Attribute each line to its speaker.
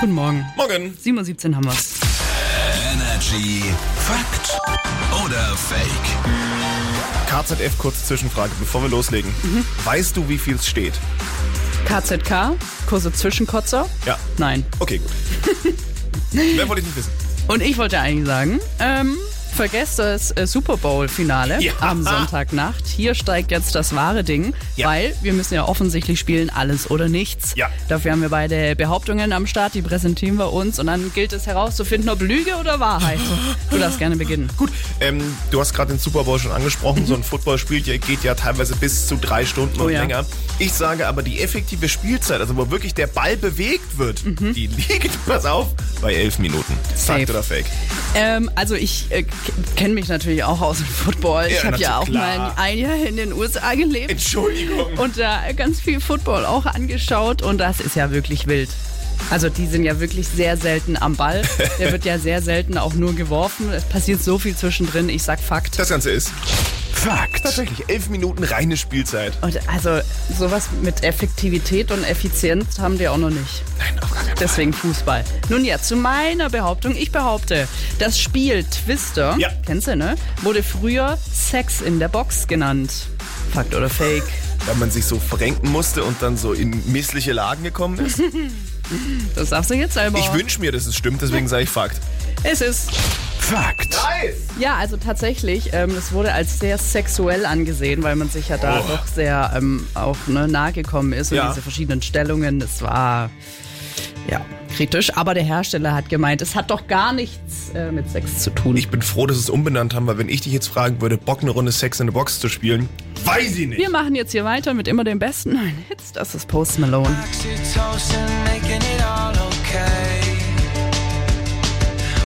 Speaker 1: Guten Morgen.
Speaker 2: Morgen.
Speaker 1: 7.17 Uhr haben wir's.
Speaker 3: Energy Fakt oder Fake?
Speaker 2: KZF, kurz Zwischenfrage, bevor wir loslegen.
Speaker 1: Mhm.
Speaker 2: Weißt du, wie viel es steht?
Speaker 1: KZK, Kurse Zwischenkotzer?
Speaker 2: Ja.
Speaker 1: Nein.
Speaker 2: Okay, gut. Mehr wollte ich nicht wissen.
Speaker 1: Und ich wollte eigentlich sagen, ähm, vergesst das äh, Super Bowl-Finale
Speaker 2: Ja.
Speaker 1: am Sonntagnacht. Hier steigt jetzt das wahre Ding,
Speaker 2: Ja.
Speaker 1: weil wir müssen ja offensichtlich spielen, alles oder nichts.
Speaker 2: Ja.
Speaker 1: Dafür haben wir beide Behauptungen am Start, die präsentieren wir uns und dann gilt es herauszufinden, ob Lüge oder Wahrheit. Du darfst gerne beginnen.
Speaker 2: Gut, ähm, du hast gerade den Super Bowl schon angesprochen. So ein Footballspiel ja- geht ja teilweise bis zu drei Stunden
Speaker 1: Mhm. Oh
Speaker 2: und
Speaker 1: ja.
Speaker 2: länger. Ich sage aber, die effektive Spielzeit, also wo wirklich der Ball bewegt wird, die liegt, pass auf, bei elf Minuten.
Speaker 1: Mhm.
Speaker 2: Fakt
Speaker 1: Safe.
Speaker 2: oder Fake?
Speaker 1: Ähm, also ich äh, kenne mich natürlich auch aus dem Football.
Speaker 2: Ja,
Speaker 1: ich habe ja
Speaker 2: natürlich,
Speaker 1: auch
Speaker 2: klar.
Speaker 1: mal ein Jahr in den USA gelebt.
Speaker 2: Entschuldigung.
Speaker 1: und da ganz viel Football auch angeschaut und das ist ja wirklich wild. Also die sind ja wirklich sehr selten am Ball. Der wird ja sehr selten auch nur geworfen. Es passiert so viel zwischendrin. Ich sag Fakt.
Speaker 2: das Ganze ist
Speaker 3: Fakt.
Speaker 2: tatsächlich elf Minuten reine Spielzeit.
Speaker 1: Und also sowas mit Effektivität und Effizienz haben die auch noch nicht.
Speaker 2: Nein, auf gar keinen Fall.
Speaker 1: Deswegen Fußball. Nun ja, zu meiner Behauptung. Ich behaupte, das Spiel Twister,
Speaker 2: Ja.
Speaker 1: kennst du, ne? Wurde früher Sex in der Box genannt. Fakt oder Fake?
Speaker 2: Weil man sich so verrenken musste und dann so in missliche Lagen gekommen ist.
Speaker 1: Das darfst du jetzt selber.
Speaker 2: Ich wünsche mir, dass es stimmt, deswegen sage ich Fakt.
Speaker 1: es ist
Speaker 3: Fakt.
Speaker 2: Nice!
Speaker 1: Ja, also tatsächlich, ähm, das wurde als sehr sexuell angesehen, weil man sich ja da
Speaker 2: Oh.
Speaker 1: doch sehr ähm, auch ne, nahe gekommen ist und
Speaker 2: Ja.
Speaker 1: diese verschiedenen Stellungen, das war ja kritisch. Aber der Hersteller hat gemeint, es hat doch gar nichts äh, mit Sex zu tun.
Speaker 2: Ich bin froh, dass sie es umbenannt haben, weil wenn ich dich jetzt fragen würde, Bock eine Runde Sex in the Box zu spielen, weiß ich nicht.
Speaker 1: Wir machen jetzt hier weiter mit immer den besten neuen Hits. Das ist Post Malone.
Speaker 4: Oxytocin, make